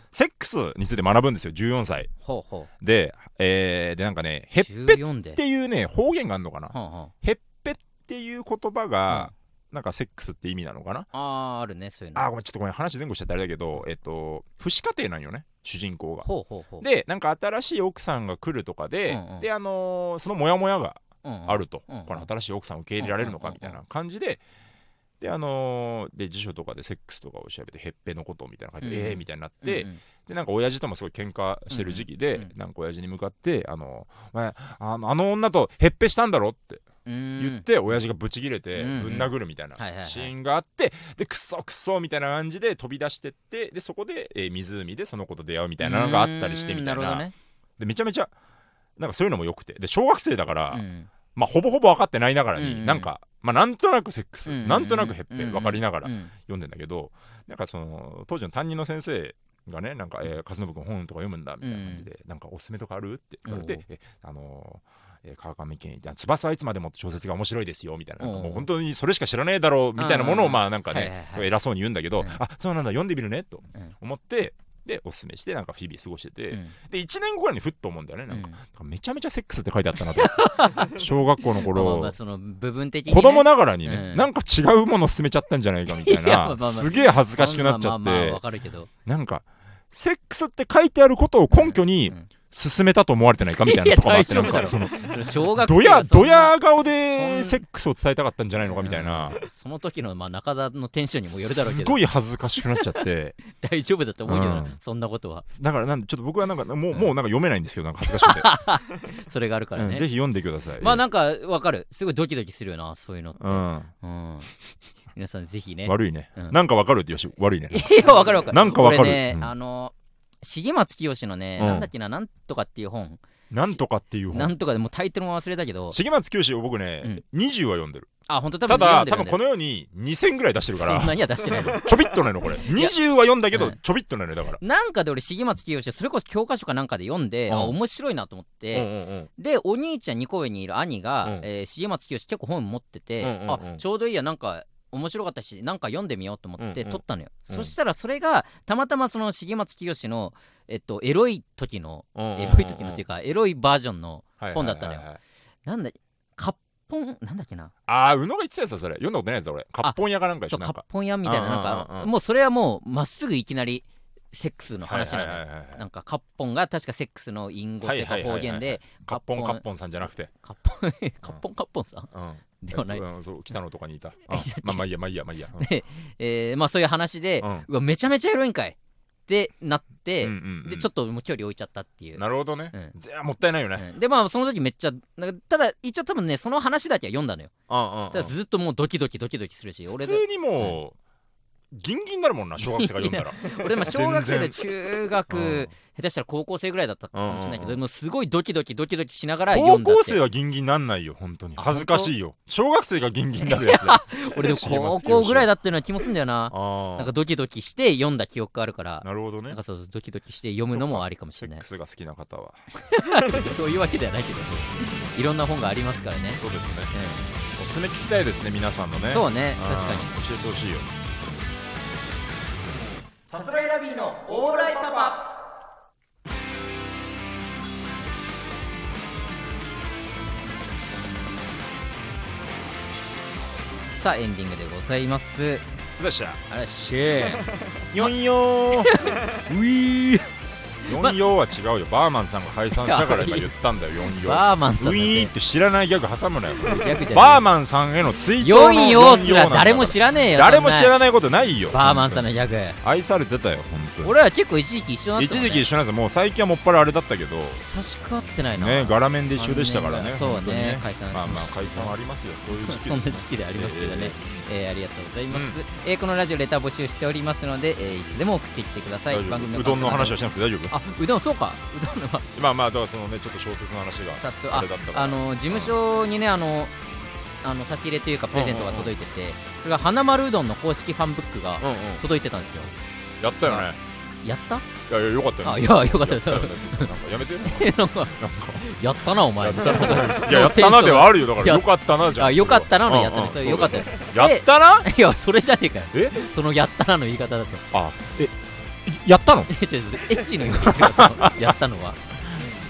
セックスについて学ぶんですよ14歳
ほうほう
でえーでなんかねへっぺっ
14で
ていうね方言があるのかな
ほうほう
へっぺっていう言葉
あ
が、なんかセックスって意味なのかな、
あーあるねそういうの
あーごめんちょっとごめん話前後しちゃってあれだけどえっと不死家庭なんよね主人公が。
ほうほうほう
でなんか新しい奥さんが来るとかで、
うんうん
であのーそのモヤモヤがあ
あ
ると、
うんうん
この新しい奥さんを受け入れられるのか
うんうんう
み
んう
た
ん
いな感じで。であのーで辞書とかでセックスとかを調べてへっぺのことみたいな感じで、
うんうん
ええみたいになって、
うんうん
でなんか親父ともすごい喧嘩してる時期で、
うんうんうん
なんか親父に向かって「あのお前あのあの女とへっぺしたんだろ?」って
うーん
言って親父がブチギレて
うん
ぶん殴るみたい
はいはいは
ないシーンがあってでクソクソみたいな感じで飛び出してってでそこで、えー湖でその子と出会うみたいなのがあったりしてみたい
ーん
う
る
な
ほどね
でめちゃめちゃなんかそういうのも良くてで小学生だから、
うん
まあほぼほぼ分かってないながらに、
うん
なんか、まあ、なんとなくセックス、
うん
なんとなくへっ
う
ぺ
ん
分かりながら
うん
読んでんだけどなんかその当時の担任の先生がねなんか、えー、和信君本とか読むんだみたいな感じで、なんかおすすめとかあるって言われ
おう
て、えあのーえー川上健一翼はいつまでもって小説が面白いですよみたいななんか
おう
もう本当にそれしか知らねえだろうみたいなもの
う
を
ん
まあなんかね、
はいはいはい
そう偉そうに言うんだけど、
うん
あそうなんだ読んでみるねと
うん
思ってでおすすめしてなんか日々過ごしてて、
うん
で1年後ぐらいにふっと思うんだよねなんか,、
うん
めちゃめちゃセックスって書いてあったなと 小学校の頃、
まあまあまあその部分的にね
子供ながらにね、
うん
なんか違うもの勧めちゃったんじゃないかみた い
いやまあまあ
な
まあ
すげえ恥ずかしくなっちゃって、
まあまあまあわかるけど
なんかセックスって書いてあることを根拠に
うん
勧めたと思われてないかみたいなとこもあって
いや
な
大
ん
丈夫だ
か
ろ
その
小学生
ドヤ
がそん
ド
な
ヤ顔
そんな
でセックスを伝えたかったんじゃないのかみたいな
うんその時のまあ中田のテンションにもよるだろうけ
す
ど
ごい恥ずかしくなっちゃって
大丈夫だと思うけど
う
なんそんなことは
だからなんでちょっと僕はなんかもう,、
うん
もうなんか読めないんですけどなんか恥ずかしくて、
それがあるか
う
ら
んぜ
ね
ひ読んでください
まあなんかわかるすごいドキドキするよなそういうのって
う
うん皆さんぜひね
ん、悪いね、
うん
なんかわかるってよし悪いね
いや、わかるわかる。
なんかわかる
俺ね、
うん
あの、重松清のね、
うん
なんだっけな、なんとかっていう本、
なんとかっていう
な
本
んとかでもうタイトルも忘れたけど
重松清僕ね、20は読んでる
あ本当多分
ただ多
読ん
分
で
こ
る
のように2000ぐらい出してるか
そんな
ら
には出してない で
ちょびっとないのこれ20は読んだけ
う
ど
ん
ちょびっとないのだから
なんかで俺重松清それこそ教科書かなんかで読んで、あ
うん
面白いなと思って、
うんうんうん
でお兄ちゃん2個上にいる兄が、
うん
えー重松清結構本持ってて、
うんうんうん
あちょうどいいやなんか面白かったしなんか読んでみようと思って
うんうん
撮ったのよ、
うん
そしたらそれがたまたまその重松清の、えっと、エロい時の
うんうんうん
エロい時のっていうかエロいバージョンの本だったのよ
はいはいはいはい
なんだカッポンなんだっけな
ああ宇野が言ってたやつだそれ読んだことないやつだ俺カッポン屋かなんかでし
そ
ょ
う
な
カ
ん
ッ
か
ポン屋みたいななん
うんうんうん
か
うん
もうそれはもうまっすぐいきなりセックスの話なのよ、
はいはいはいはい
なんかカッポンが確かセックスの隠語っていうか
はいはい
方
はいはい
言で
カッポンカッ
ン
ポンさんじゃなくて
カッポン カッポンカッポンさん
うん
ではない
うんそう北野とかに いた
あ
うん
いたっけ
まあまあいいやまあいいやまあいいやうん
えーまあそういう話で、
うん
うわめちゃめちゃエロいんかいってなって、
うんうんうん
でちょっともう距離置いちゃったっていう、
なるほどね
うん
じゃあもったいないよね
うんでまあその時めっちゃなんかただ一応多分ねその話だけは読んだのよ
うんうんうん
ただずっともうドキドキドキドキする し俺
普
だ
通にもうギンギンになるもんな小学生が読んだら
俺まあ小学生で
全然
中学、
うん
下手したら高校生ぐらいだったかもしれないけど、
うんうんうん
もうすごいドキドキドキドキしながら読
高
んだっ
校
て
生はギンギンなんないよ本当に
あ
恥ずかしいよ小学生がギンギンになるやつだ よ
俺でも
知りま
高
すよ
校ぐらいだったような気もすんだよな
あ
なんか
あ
ドキドキして読んだ記憶があるから
なるほど
な
ね
んかそうそうドキドキして読むのもありかもし
セ
れな
ッ
い
クスが好きな方は
そういうわけではないけどねいろんな本がありますからね、
そうですねおすすめ聞きたいですね皆さんの
うん
ね
そうね
うん
確かに
教えてほしいよ
さすらいラビーのオーライパパさあエンディングでございます
どうでした
あらしゅ
ヨ ンヨーウィーヨンヨーは違うよバーマンさんが解散したから今言ったんだよヨンヨー
バーマンさん
ウ
だ
ィーって知らないギャグ挟むなよ
逆じゃ
バー
ン
マンさんへのツイートの
4位をすら誰も知
ら
らねえよ
誰も知ら
い
ないことないよ
バーマンさんのギャグ
愛されてたよ本当に
俺ら結構一時期一緒だったも
一
んね
時期一緒なんですもう最近はもっぱらあれだったけど
差し掛かってないな
ね柄面で一緒でしたからね
そうね
本当に
解散し
ま
ま
あ
した
まあ解散はありますよそういう時 期
そんな時期でありますけどね、えーありがとうございます、
う
えーこのラジオレター募集しておりますので、えーいつでも送ってきてください
大丈
番組
夫うどんの話はし
し
なくて大丈夫
あうどんそうかうどんのは
まあまあだからそのねちょっと小説の話が
さっと
あ
あ
れだったから
あの事務所にねあのあの差し入れというかプレゼントが届いてて、それが花丸うどんの公式ファンブックが
うんうん
届いてたんですよ
やったよね
やった
いやいやよかったよ
あいやよかったです
やよ なんかやめ てよ
なんか
なんか
やったなお前 みたいなこと
いややったなではあるよだから
や
よかったなじゃん
あよかったなのやったね
うんうん
それよかったよ
やったな
いやそれじゃねえかよ
え
そのやったなの言い方だと
あえやったの
いやちょっとエッチの意味で言ってくださ いやったのは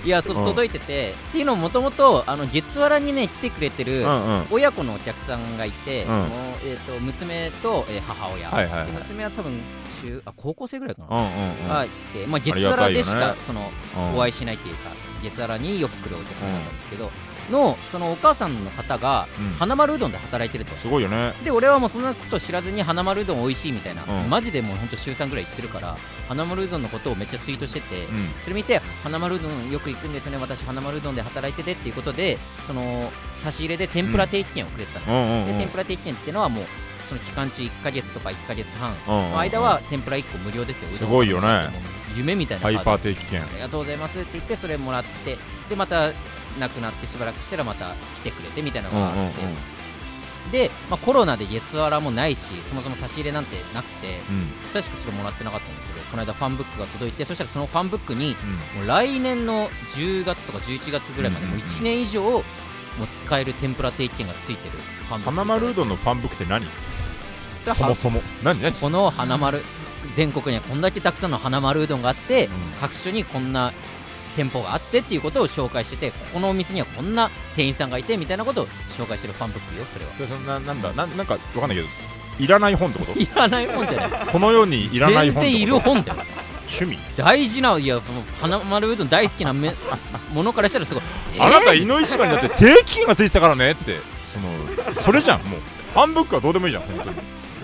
いやそう
うん
届いてて、っていうのももともと月わらにね来てくれてる
うんうん
親子のお客さんがいて、
ん
そのえー、と娘と、えー母親、
はいはいはい
で娘は多分中あ高校生ぐらいか
うんう
な、
んうん
はいでまあ、月わらでしか、そのお会いしないというか月わらによく来るお客さんだったんですけど、のそのお母さんの方が
うん
花丸うどんで働いてると。
すごいよね
で俺はもうそんなこと知らずに花丸うどん美味しいみたいな、
うん
マジでもうほんと週3ぐらい行ってるから花丸うどんのことをめっちゃツイートしてて、
うん
それ見て花丸うどんよく行くんですよね私花丸うどんで働いててっていうことでその差し入れで天ぷら定期券をくれてたの、
うんうんうん
で天ぷら定期券っていうのはもうその期間中1ヶ月とか1ヶ月半
うんうんうん
の間は天ぷら1個無料ですよ
すごいよね
うどんも夢みたいなカ
ハ
ー
イ
ド
パー定期券
ありがとうございますって言ってそれもらってでまたなくなってしばらくしたらまた来てくれてみたいなのがあって、で、まあ、コロナで月わらもないしそもそも差し入れなんてなくて
うん
久しくそれもらってなかったんだけどこの間ファンブックが届いてそしたらそのファンブックに
う
も
ん
う来年の10月とか11月ぐらいまで
うん
も
うん
う
うん
1年以上もう使える天ぷら定期券がついてるファンブック
花丸うどんのファンブックって何
それは
そもそも何何
この花丸全国にはこんだけたくさんの花丸うどんがあって、
ん
各所にこんな店舗があってっていうことを紹介しててここのお店にはこんな店員さんがいてみたいなことを紹介してるファンブックよそれは
それそんななんだななんかわかんないけどいらない本ってこ
いらないもんじゃない
とこの世に いらない本っ
全然い
て
る
こと
本だよ
趣味
大事ないやその花丸うどん大好きな めものからしたらすごいえー
あなた、井の一番にだって定期券がついてたからねって、そのそれじゃん、もう、ファンブックはどうでもいいじゃん、本当に。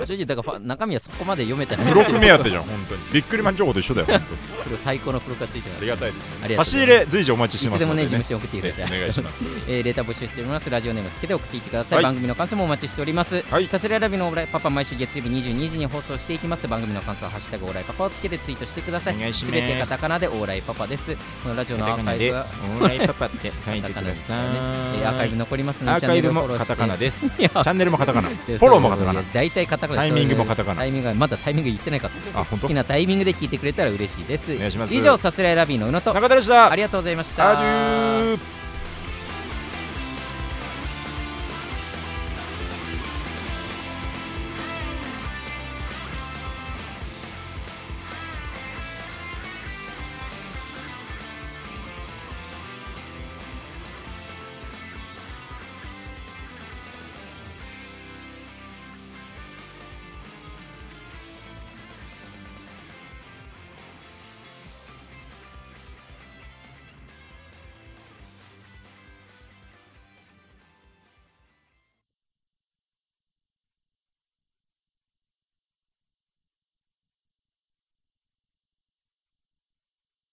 正直だからファ中身はそこまで読めてない
付録目当てじゃん本当にびっくりマン情報と一 緒だよ本当に
これ最高の付録がついてま
あ
す
りがたいです
あ
ね
りがと
差
う
し
ございま
入
す
れ随時お待ちして
い
ま
つ
す
でも
の
ね
で
事
ね
務所に送ってきてくだ
え
さ
お
い
願いします
えーレーター募集しておりますラジオネームつけて送っていってください、
はい
番組の感想もお待ちしております、
はい
さすらいラビのオーライパパ毎週月曜日22時に放送していきます番組の感想はハッシュタグオーライパパをつけてツイートしてください
お願いします
べてカタカナでオーライパパですこのラジオのアーカイブは
オンラインパパって書
カタカナですからね、えーアーカイブ残りますので
アーカイブも
チャンネルフォロー
カ
して
タカナです。チ
いや
ャンネルもカタカナ。フ
で
ォローもカタカ
そ
ナ
う。大体カタカナ
タイミングもカタカナ
タイミングはまだタイミング言ってないから
あ本当
好きなタイミングで聞いてくれたら嬉しいです
お願いします
以上さすらいラビーの宇野と
中田でした。
ありがとうございました
アデュー。